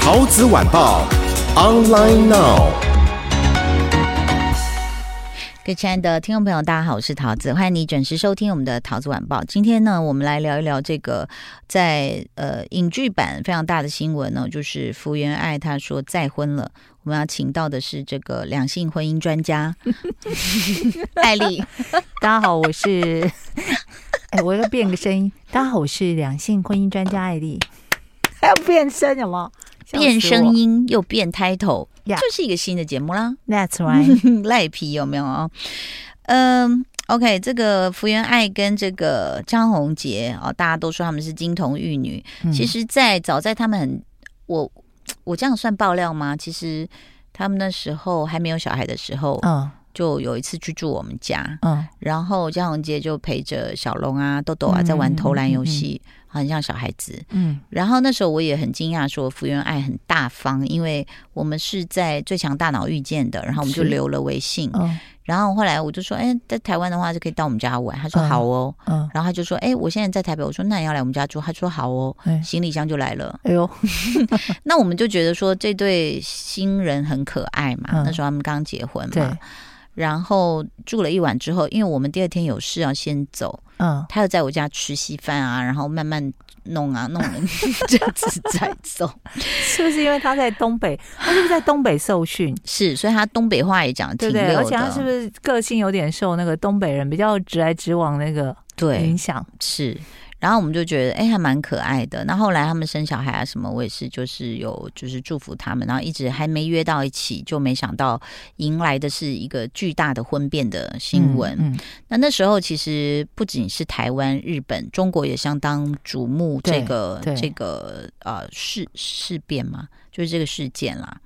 桃子晚报，online now。各位亲爱的听众朋友，大家好，我是桃子，欢迎你准时收听我们的《桃子晚报》。今天呢，我们来聊一聊这个在呃影剧版非常大的新闻呢，就是福原爱她说再婚了。我们要请到的是这个两性婚姻专家艾丽，大家好，我是， 哎、我要变个声音。大家好，我是两性婚姻专家艾丽。 还要变声什么？变声音又变 title， Yeah 就是一个新的节目啦。 ？That's right。赖皮有没有啊？嗯。OK，这个福原爱跟这个张宏杰哦，大家都说他们是金童玉女。嗯其实在，早在他们很我我这样算爆料吗？其实他们那时候还没有小孩的时候，嗯就有一次去住我们家，嗯，然后张宏杰就陪着小龙啊、豆豆啊嗯在玩投篮游嗯嗯戏，很像小孩子。嗯然后那时候我也很惊讶，说福原爱很大方，因为我们是在最强大脑遇见的，然后我们就是留了微信。嗯然后后来我就说，哎，在台湾的话就可以到我们家玩。他说嗯好哦。嗯，然后他就说，哎，我现在在台北。我说那你要来我们家住？他说好哦。哎行李箱就来了，哎呦，那我们就觉得说这对新人很可爱嘛。嗯那时候他们刚结婚对嘛，，然后住了一晚之后，因为我们第二天有事要先走，嗯，他又在我家吃稀饭啊，然后慢慢弄啊弄， 这样子再走。是不是因为他在东北？他是不是在东北受训？是，所以他东北话也讲得对挺不溜的，对？而且他是不是个性有点受那个东北人比较直来直往那个对影，响？是。然后我们就觉得，哎、还蛮可爱的。那后来他们生小孩啊什么，我也是就是有就是祝福他们，然后一直还没约到一起，就没想到迎来的是一个巨大的婚变的新闻。嗯，那那时候其实不仅是台湾、日本、中国也相当瞩目对这个对这个呃事事变嘛，就是这个事件啦。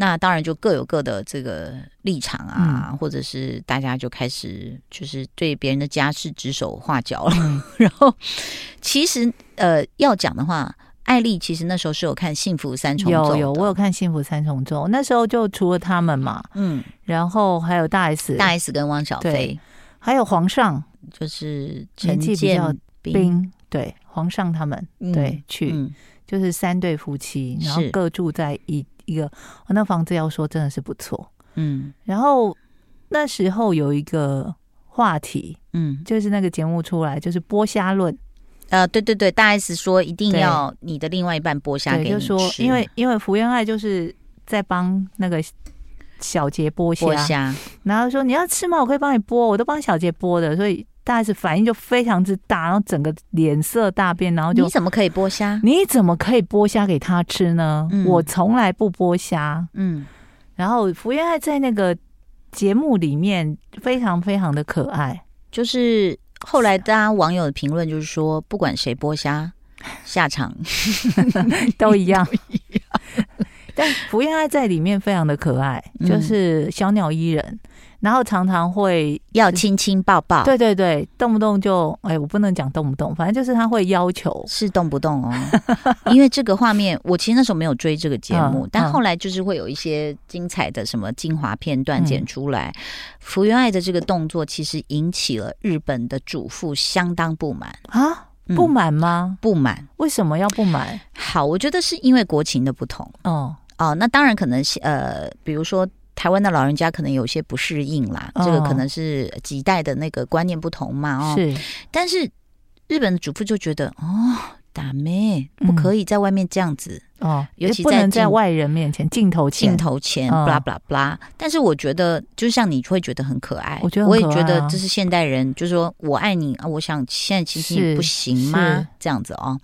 那当然就各有各的这个立场啊，嗯或者是大家就开始就是对别人的家事指手画脚了。嗯 然后其实呃要讲的话，艾丽其实那时候是有看《幸福三重奏》有的有，我有看《幸福三重奏》，那时候就除了他们嘛，嗯，然后还有大 S，大 S 跟汪小菲对还有皇上就是陈年纪比建较斌兵，对，皇上他们嗯对去。嗯就是三对夫妻，是然后各住在一一个，哦那房子要说真的是不错。嗯然后那时候有一个话题，嗯，就是那个节目出来，就是剥虾论，呃，对对对，大 S 说一定要你的另外一半剥虾给对，你就说吃因为因为福原爱就是在帮那个小杰剥虾，剥虾，然后说你要吃吗？我可以帮你剥，我都帮小杰剥的，所以大 S 反应就非常之大，然后整个脸色大变，然后就你怎么可以剥 虾？你怎么可以剥虾给他吃呢？嗯我从来不剥虾。嗯，然后福原爱在那个节目里面非常非常的可爱，就是后来大家网友的评论就是说，不管谁剥虾，下场都一样。但福原爱在里面非常的可爱，嗯就是小鸟依人，然后常常会，要亲亲抱抱，，对对对，动不动就，哎，我不能讲动不动，反正就是他会要求，是动不动哦。 因为这个画面，我其实那时候没有追这个节目，嗯但嗯后来就是会有一些精彩的什么精华片段嗯剪出来。福原爱的这个动作其实引起了日本的主妇相当不满，啊，嗯不满吗？不满。为什么要不满？好，我觉得是因为国情的不同哦，哦。那当然可能是呃，比如说台湾的老人家可能有些不适应啦，哦这个可能是几代的那个观念不同嘛哦。，嗯是，但是日本的主妇就觉得哦，打妹不嗯可以在外面这样子，哦，尤其不在能在镜外人面前镜头前镜，头前哦 blah blah blah。但是我觉得，就像你会觉得很可爱，我觉得很我也可爱觉得啊这是现代人，就是说我爱你啊，我想现在亲亲是你不行吗是？这样子哦。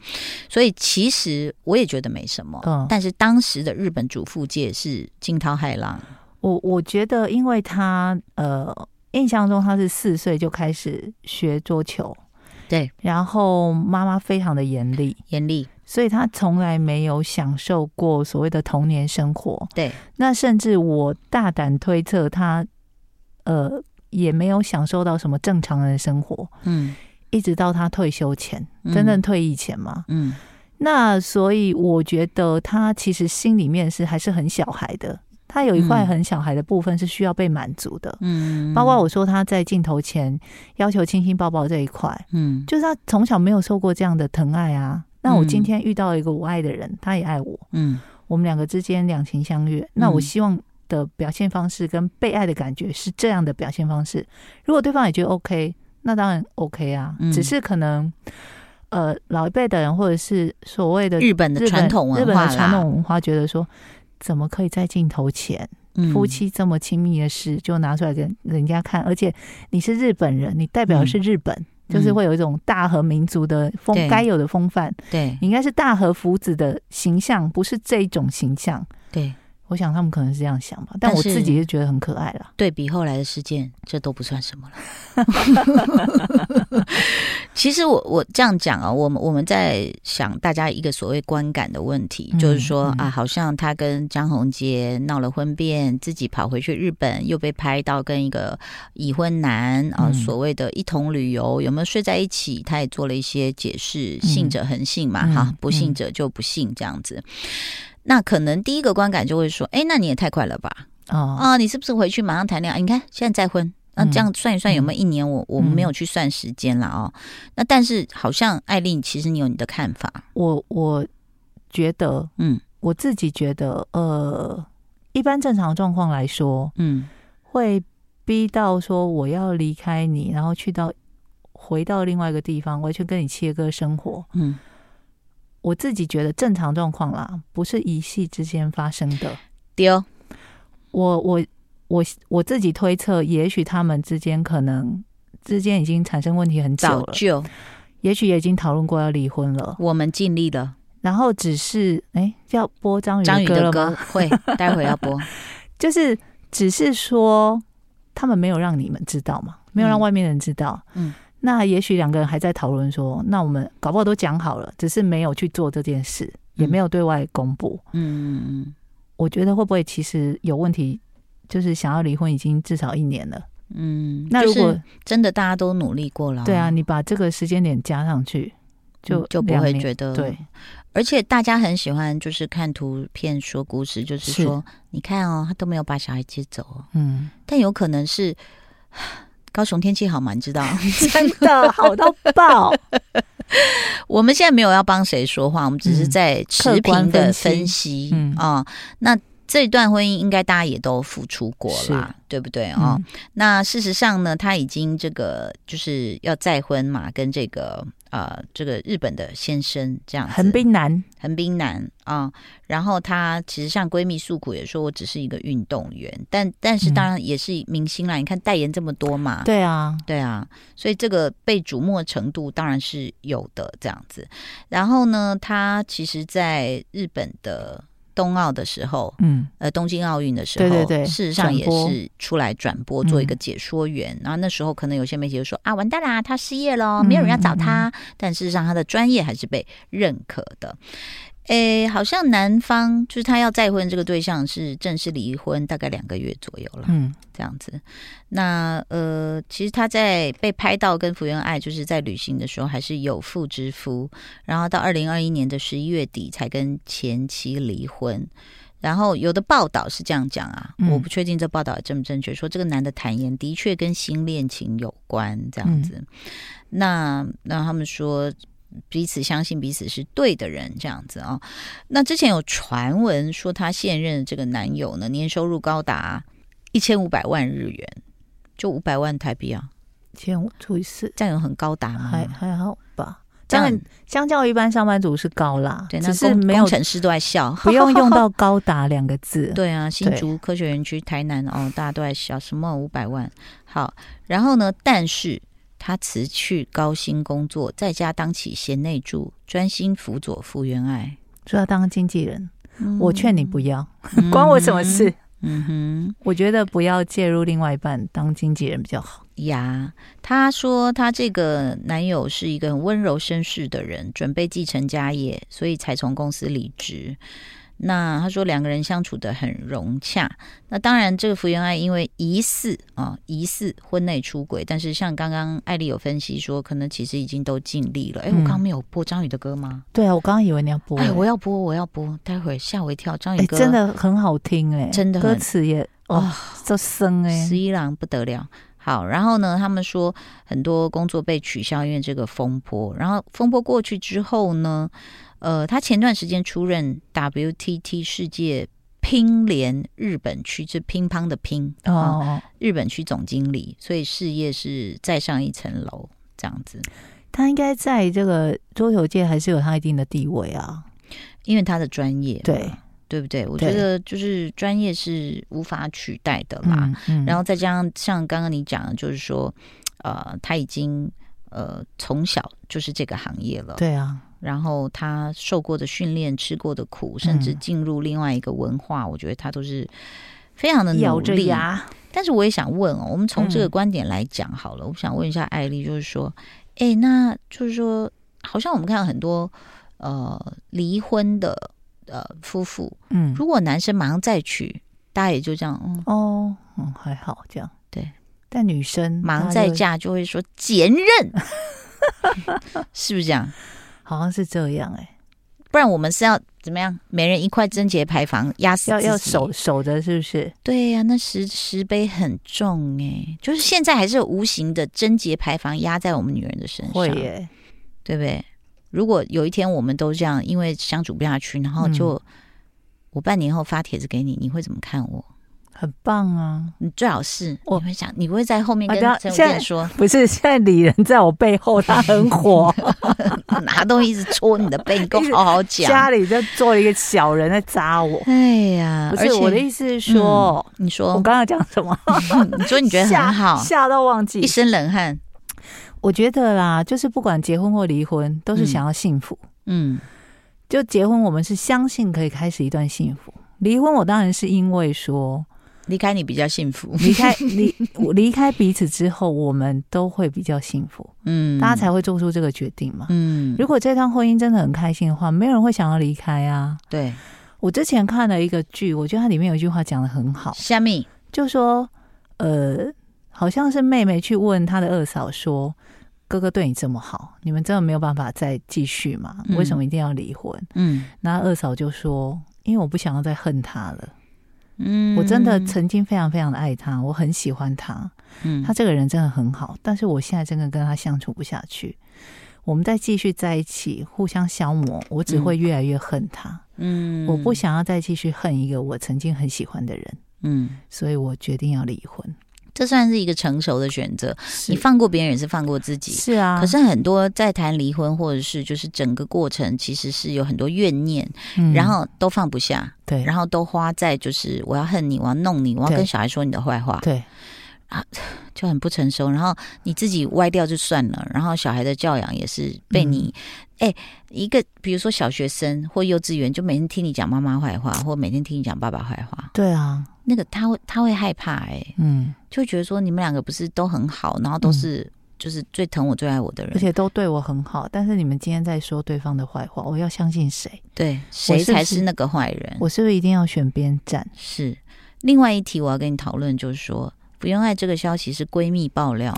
所以其实我也觉得没什么，嗯但是当时的日本主妇界是惊涛骇浪，我我觉得，因为他呃，印象中他是四岁就开始学桌球，对，然后妈妈非常的严厉，严厉，所以他从来没有享受过所谓的童年生活。对，那甚至我大胆推测他，呃，也没有享受到什么正常人的生活，嗯一直到他退休前，嗯真正退役前嘛。嗯，那所以我觉得他其实心里面是还是很小孩的，他有一块嗯很小孩的部分是需要被满足的。嗯，包括我说他在镜头前要求亲亲抱抱这一块，嗯，就是他从小没有受过这样的疼爱啊。那我嗯今天遇到一个我爱的人，他也爱我，嗯我们两个之间两情相悦。那我希望的表现方式跟被爱的感觉是这样的表现方式。如果对方也觉得 OK，那当然 OK 啊。嗯只是可能，呃，老一辈的人或者是所谓的日本的日传统文日本化的啦，传统文化，觉得说怎么可以在镜头前？嗯夫妻这么亲密的事就拿出来给人家看，而且你是日本人，你代表嗯的是日本，就是会有一种大和民族的风对该有的风范，对你应该是大和福子的形象，不是这种形象。对我想他们可能是这样想吧，但但我是自己是觉得很可爱啦。对比后来的事件，这都不算什么了。 其实我我这样讲啊，我们我们在想大家一个所谓观感的问题，嗯就是说嗯啊，好像他跟张宏杰闹了婚变，自己跑回去日本，又被拍到跟一个已婚男啊、嗯所谓的一同旅游，有没有睡在一起？他也做了一些解释，信者恒信嘛，嗯哈、嗯不信者就不信这样子。那可能第一个观感就会说，哎，那你也太快了吧？哦，啊、你是不是回去马上谈恋爱？你看现在再婚，那、嗯这样算一算有没有一年我？我们嗯没有去算时间了哦。那但是好像艾丽，其实你有你的看法，我我觉得嗯我自己觉得，呃，一般正常的状况来说，嗯会逼到说我要离开你，然后去到回到另外一个地方，完全跟你切割生活。嗯。我自己觉得正常状况啦，不是一夕之间发生的。丢，我我我我自己推测，也许他们之间可能之间已经产生问题很久早了，就也许也已经讨论过要离婚了，我们尽力了。然后只是哎、要播张宇张宇歌的了歌吗？会，待会要 播。就是只是说他们没有让你们知道嘛，没有让嗯外面的人知道。嗯，那也许两个人还在讨论说，那我们搞不好都讲好了，只是没有去做这件事，也嗯没有对外公布。嗯我觉得会不会其实有问题？就是想要离婚已经至少一年了。嗯，那就如是果、真的大家都努力过了、对啊，，你把这个时间点加上去，就嗯就就不两会年觉得对。而且大家很喜欢就是看图片说故事，就是是说你看哦，他都没有把小孩接走、哦，嗯，但有可能是 高雄天气好嘛，你知道？ 真的好到爆。我们现在没有要帮谁说话，我们只是在持平的分析啊、嗯嗯客观分析嗯那这段婚姻应该大家也都付出过啦，对不对啊、哦 嗯那事实上呢，他已经这个就是要再婚嘛，跟这个呃这个日本的先生这样子。横滨男，横滨男啊、然后她其实像闺蜜诉苦也说，我只是一个运动员，但但是嗯当然也是明星啦，你看代言这么多嘛，对啊，对啊，所以这个被瞩目的程度当然是有的这样子。然后呢，他其实在日本的冬奥的时候，嗯呃，东京奥运的时候，对对对事实上也转播嗯是出来转播做一个解说员。然后那时候可能有些媒体就说啊，完蛋啦，他失业喽，嗯没有人要找他。但事实上，他的专业还是被认可的。诶，好像男方就是他要再婚这个对象是正式离婚，大概两个月左右了。嗯，这样子。那呃，其实他在被拍到跟福原爱就是在旅行的时候还是有妇之夫，然后到二零二一年的十一月底才跟前妻离婚。然后有的报道是这样讲啊，嗯我不确定这报道正不正确，说这个男的坦言的确跟新恋情有关这样嗯子。那那他们说彼此相信彼此是对的人这样子啊、那之前有传闻说，她现任的这个男友呢，年收入高达一千五百万日元，就五百万台币啊，千五除以四，这样有很高达吗？还还好吧。这当样然，相较一般上班族是高啦，对，那只是工没有工程师都在笑，不 用用。到“高达”两个 字。对啊，新竹科学园区、台南哦，大家都在笑什么五百万。好，然后呢，但是他辞去高薪工作，在家当起贤内助，专心辅佐福原爱。说要当经纪人，嗯 我劝你不要，关我什么事？？嗯哼。我觉得不要介入另外一半当经纪人比较好。呀，她说她这个男友是一个很温柔绅士的人，准备继承家业，所以才从公司离职。那她说两个人相处的很融洽。那当然，这个福原爱因为疑似啊、疑似婚内出轨，但是像刚刚艾丽有分析说，可能其实已经都尽力了。哎、我嗯刚刚没有播张宇的歌吗？对啊，我刚刚以为你要播、哎，我要播，我要播，待会儿吓我一跳。张哎宇哥、真的很好听哎、真的很歌词也哦啊都生哎、十一郎不得了。好，然后呢，他们说很多工作被取消，因为这个风波。然后风波过去之后呢，呃，他前段时间出任 WTT 世界乒联日本区，就是乒乓的乒哦啊、哦，日本区总经理，所以事业是再上一层楼这样子。他应该在这个桌球界还是有他一定的地位啊。因为他的专业嘛，对，对不对？我对觉得就是专业是无法取代的啦。嗯嗯然后再加上像刚刚你讲的，就是说，呃，他已经呃从小就是这个行业了，对啊，然后他受过的训练、吃过的苦，甚嗯至进入另外一个文化，我觉得他都是非常的努咬着力。牙，但是我也想问哦，我们从这个嗯观点来讲好了，我想问一下艾丽，就是说，哎，那就是说，好像我们看到很多呃离婚的呃夫妇，嗯，如果男生马上再娶，大家也就这样，嗯，哦，嗯，还好这样。对，但女生忙她再就嫁就会说前任， 是不是这样？好像是这样哎，不然我们是要怎么样？每人一块贞洁牌坊压死要自己要守守着是不是？对呀、那石石碑很重哎、就是现在还是有无形的贞洁牌坊压在我们女人的身上，会耶，对不对？如果有一天我们都这样，因为相处不下去，然后嗯就、我半年后发帖子给你，你会怎么看我？很棒啊！你最好是我你会想，你会在后面啊跟不要陈武现在健说， 不是，现在李仁在我背后，他很火，拿东西一直戳你的背，你给一直我好好 讲。家里就做了一个小人在扎我。哎呀，不而是且我的意思是说，你我说，刚刚讲什么？ 你说你觉得很好 吓，吓到忘一记。身冷汗，我觉得啦，就是不管结婚或离婚，都是嗯想要幸福。嗯就结婚，我们是相信可以开始一段幸福。离婚，我当然是因为说， 离开你比较幸福，离开离我离开彼此之后，我们都会比较幸福，嗯，大家才会做出这个决定嘛。嗯，如果这段婚姻真的很开心的话，没有人会想要离开啊。对，我之前看了一个剧，我觉得它里面有一句话讲的很好，虾米，就说呃，好像是妹妹去问她的二嫂说：“哥哥对你这么好，你们真的没有办法再继续吗？嗯为什么一定要离婚嗯？”那二嫂就说：“因为我不想要再恨他了，嗯我真的曾经非常非常的爱他，我很喜欢他。”嗯他这个人真的很好，但是我现在真的跟他相处不下去。我们再继续在一起，互相消磨，我只会越来越恨他。嗯我不，想要再继续恨一个我曾经很喜欢的人，嗯，所以我决定要离婚。这算是一个成熟的选择，你是放过别人也是放过自己。是啊，可是很多在谈离婚，或者是就是整个过程，其实是有很多怨念，嗯然后都放不下，对，然后都花在就是我要恨你，我要弄你，我要对跟小孩说你的坏话，对就很不成熟，然后你自己歪掉就算了，然后小孩的教养也是被你，嗯哎、一个比如说小学生或幼稚园，就每天听你讲妈妈坏话，或每天听你讲爸爸坏话，对啊，那个他会他会害怕、哎，嗯，就会觉得说你们两个不是都很好，然后都是、就是最疼我最爱我的人，而且都对我很好，但是你们今天在说对方的坏话，我要相信谁？对谁是不才是是那个坏人？我是不是一定要选边站？是另外一题我要跟你讨论，就是说不用爱这个消息是闺蜜爆料，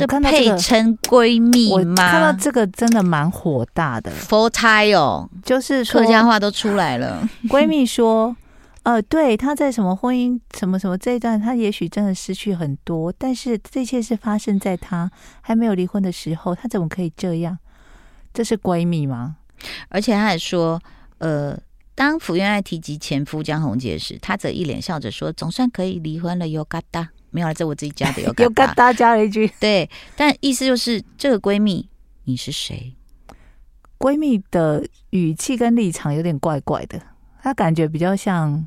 我看到这配个，称闺蜜我吗？看到这个真的蛮火大的， full tie 哦，就是说客家话都出来了。闺蜜说，呃，对，她在什么婚姻什么什么这一段，她也许真的失去很多，但是这些是发生在她还没有离婚的时候，她怎么可以这样？这是闺蜜 吗？ 而且他还说，呃，当福原爱提及前夫江宏杰时，他则一脸笑着说：“总算可以离婚了，有嘎哒。”没有啦，这我自己加的， 有又嘎跟哒。大家了一句，对，但意思就是这个闺蜜，你是谁？闺蜜的语气跟立场有点怪怪的，她感觉比较像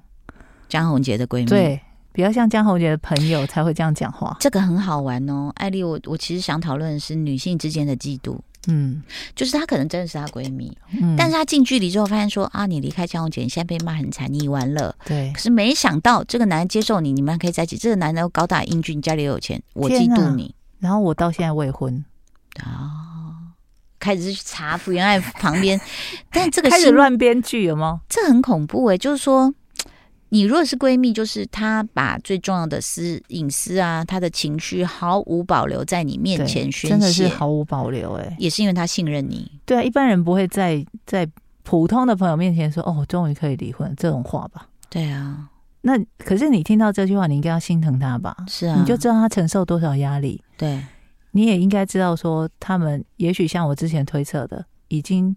江宏杰的闺蜜。，对，比较像江宏杰的朋友才会这样讲话。这个很好玩哦。艾丽，我我其实想讨论的是女性之间的嫉妒。嗯就是她可能真的是她闺蜜，嗯，但是她近距离之后发现说啊，你离开江宏杰，你现在被骂很惨，你已完了。对可，是没想到这个男人接受你，你们还可以在一起。这个男的高大英俊，家里又有钱，我嫉天哪妒你然后我到现在未婚，啊！开始是去查福原爱旁 边，但这个开始心乱编剧有吗？这很恐怖诶、就是说，你如果是闺蜜，就是她把最重要的私隐私啊，她的情绪毫无保留在你面对前宣泄，真的是毫无保留哎、也是因为她信任你。对啊，一般人不会在在普通的朋友面前说“哦，终于可以离婚”这种话吧？对啊，那可是你听到这句话，你应该要心疼他吧？是啊，你就知道他承受多少压力，对你也应该知道说，他们也许像我之前推测的，已经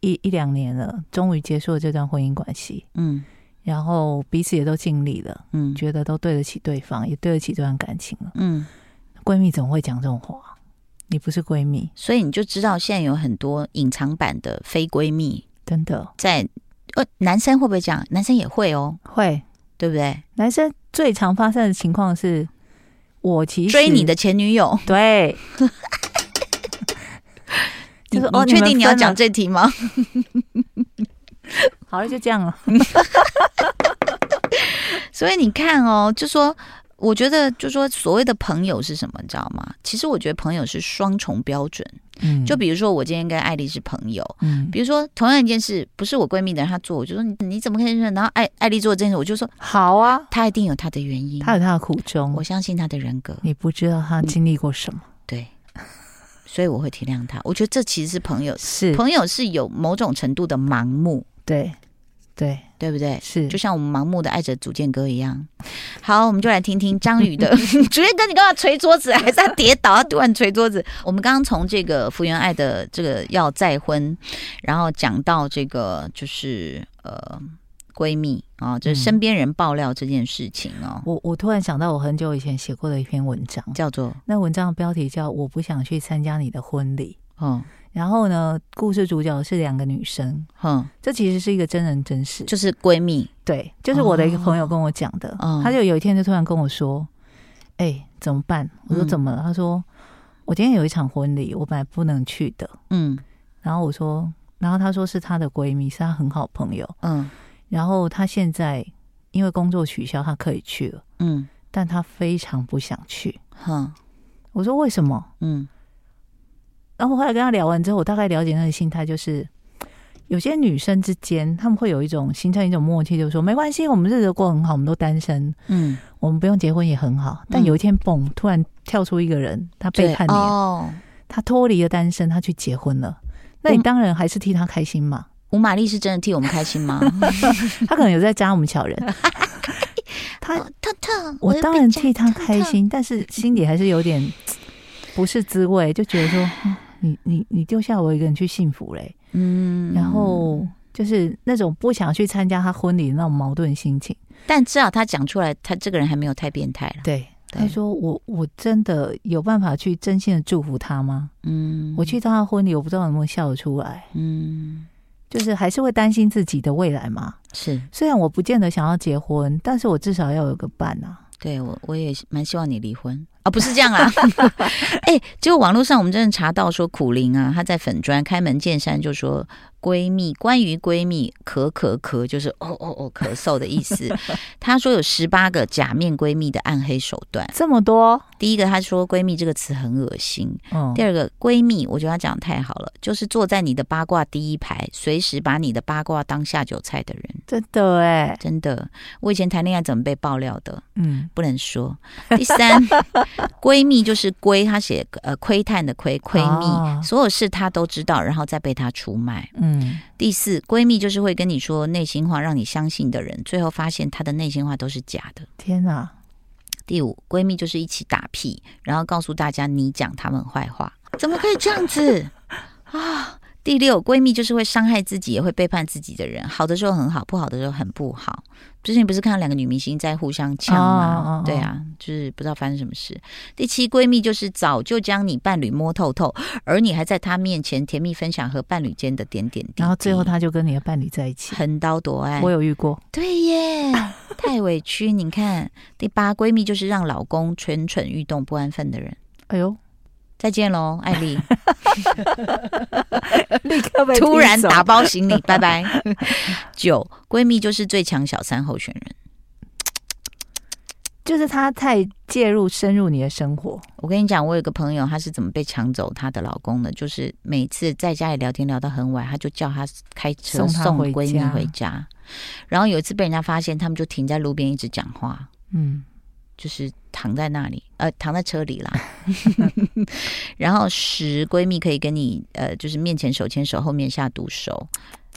一一两年了，终于结束了这段婚姻关系，嗯然后彼此也都尽力了，嗯觉得都对得起对方，也对得起这段感情了。嗯，闺蜜怎么会讲这种话？你不是闺蜜，所以你就知道现在有很多隐藏版的非闺蜜真的在。呃，男生会不会这样？男生也会哦，会。对不对？男生最常发生的情况是，我其实追你的前女友，对， 你就是你哦，确们定你要分了讲这题吗？ 好了，就这样了。所以你看哦，就说我觉得，就说所谓的朋友是什么，你知道吗？其实我觉得朋友是双重标准。嗯就比如说，我今天跟艾丽是朋友，嗯，比如说同样一件事，不是我闺蜜的人她做，我就说你你怎么可以认？然后艾艾丽做这件事，我就说好啊，她一定有她的原因，嗯他有他的苦衷我，相信她的人格，你不知道他经历过什么，对， 所以我会体谅她。我觉得这其实是朋友，是朋友是有某种程度的盲目，对，对，对不对？是就像我们盲目的爱着组建歌一样。好，我们就来听听张 宇的主任哥，你干嘛捶桌子？还是他跌倒？他突然捶桌子。我们刚刚从这个福原爱的这个要再婚，然后讲到这个就是呃闺蜜啊、就是身边人爆料这件事情哦，嗯我我突然想到，我很久以前写过的一篇文章，叫做那文章的标题叫《我不想去参加你的婚礼》。哦然后呢，故事主角是两个女生，哼、这其实是一个真人真事。就是闺蜜对，就是我的一个朋友跟我讲的，哦他就有一天就突然跟我说：“哎、怎么办？”我说：“嗯怎么了？”他说：“我今天有一场婚礼，我本来不能去的。嗯”然后我说：“然后他说是她的闺蜜，是她很好朋友。嗯然后她现在因为工作取消，她可以去了，嗯但她非常不想去。哼”我说：“为什么嗯？”然后我后来跟他聊完之后，我大概了解那个心态，就是有些女生之间，她们会有一种形成一种默契，就是说没关系，我们日子过得很好，我们都单身，嗯，我们不用结婚也很好，但有一天蹦，突然跳出一个人，他背叛你对了，哦。他脱离了单身，他去结婚了，那你嗯当然还是替他开心嘛。吴玛丽是真的替我们开心 吗？嗯他可能有在扎我们小 人，他哦特特，我又当被然夹替他特开特心，但是心里还是有点不是滋味，就觉得说，嗯你你你丢下我一个人去幸福嘞、嗯然后就是那种不想去参加他婚礼的那种矛盾心情。但至少他讲出来，他这个人还没有太变态了。对，他对说我我真的有办法去真心的祝福他吗？嗯我去，他的婚礼，我不知道有没有笑得出来，嗯，就是还是会担心自己的未来嘛。是虽然我不见得想要结婚，但是我至少要有个伴啊。对我，我也蛮希望你离婚啊，不是这样啦。哎、结果网络上我们真的查到说，苦灵啊，她在粉砖开门见山就说闺蜜，关于闺蜜咳咳咳，就是哦哦哦咳嗽的意思。她说有十八个假面闺蜜的暗黑手段。这么多，第一个，她说闺蜜这个词很恶心，嗯第，二个闺蜜，我觉得她讲得太好了，就是坐在你的八卦第一排，随时把你的八卦当下酒菜的人，真的哎，真的。我以前谈恋爱怎么被爆料的，嗯，不能说。第三，闺蜜就是闺，她写呃窥探的窥，闺蜜，哦所有事她都知道，然后再被她出卖。嗯，第四，闺蜜就是会跟你说内心话，让你相信的人，最后发现她的内心话都是假的。天哪、第五，闺蜜就是一起打屁，然后告诉大家你讲她们坏话，怎么可以这样子啊？第六，闺蜜就是会伤害自己，也会背叛自己的人。好的时候很好，不好的时候很不好。最近不是看到两个女明星在互相呛哦哦吗哦？对啊，就是不知道发生什么事。第七，闺蜜就是早就将你伴侣摸透透，而你还在她面前甜蜜分享和伴侣间的点点滴滴。然后最后他就跟你的伴侣在一起，横刀夺哎爱，我有遇过，对耶， 太委屈。你看，第八闺蜜就是让老公蠢蠢欲动、不安分的人。 哎呦，再见喽，艾丽。立刻 被突然踢走打包行 李，拜拜。九，闺蜜就是最强小三候选人。就是他太介入、深入你的生活，我跟你讲，我有一个朋友，她是怎么被抢走她的老公的？就是每次在家里聊天聊到很晚，她就叫她开车送她送回闺蜜家回家。然后有一次被人家发现，他们就停在路边一直讲话，嗯，就是躺在那里，呃，躺在车里啦。 然后十闺蜜可以跟你，呃，就是面前手牵手，后面下毒手。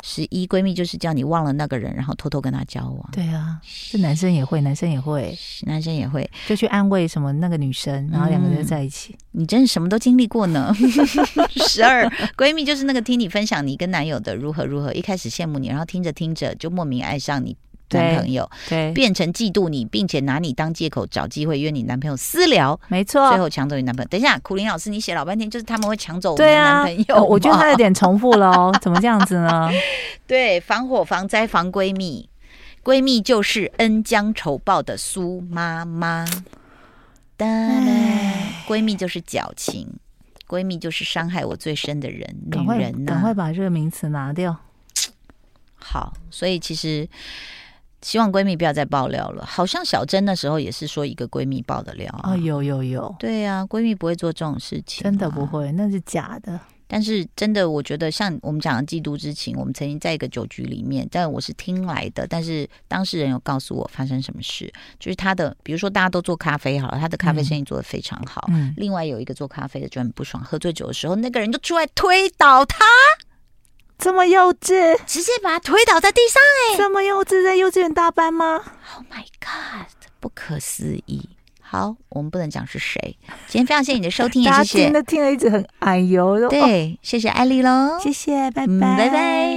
十一闺蜜就是叫你忘了那个人，然后偷偷跟他交往。对啊，这男生也会，男生也会，男生也会，就去安慰什么那个女生，然后两个嗯人就在一起。你真是什么都经历过呢。 十二闺蜜就是那个听你分享你跟男友的如何如何，一开始羡慕你，然后听着听着就莫名爱上你男朋友，对，变成嫉妒你，并且拿你当借口找机会约你男朋友私聊，没最错，后抢走你男朋友。等一下，苦林老师，你写老半天就是他们会抢走我们对的男啊朋，友、哦我觉 得他有点重复了哦，怎么这样子呢？对防火防灾防闺蜜。闺蜜就是恩将仇报的苏妈妈，哒啦唉闺蜜就是矫情，闺蜜就是伤害我最深的人，赶女快人呐、啊赶快把这个名词拿掉。好，所以其实希望闺蜜不要再爆料了。好像小珍那时候也是说一个闺蜜爆的料、啊，哦，有有有，对啊，闺蜜不会做这种事情、啊真的不。会，那是假的。但是真的，我觉得像我们讲的嫉妒之情，我们曾经在一个酒局里面，但我是听来的，但是当事人有告诉我发生什么事，就是他的，比如说大家都做咖啡好了，他的咖啡生意做得非常好，嗯，另外有一个做咖啡的就很不爽，喝醉酒的时候，那个人就出来推倒他，这么幼稚，直接把他推倒在地上。这么幼稚，在幼稚园大班吗？ Oh my god！不可思议。好，我们不能讲是谁。今天非常谢谢你的收听，也大家谢听谢了听了一直很哎呦，哦对，谢谢艾丽喽，谢谢，拜嗯拜，拜拜。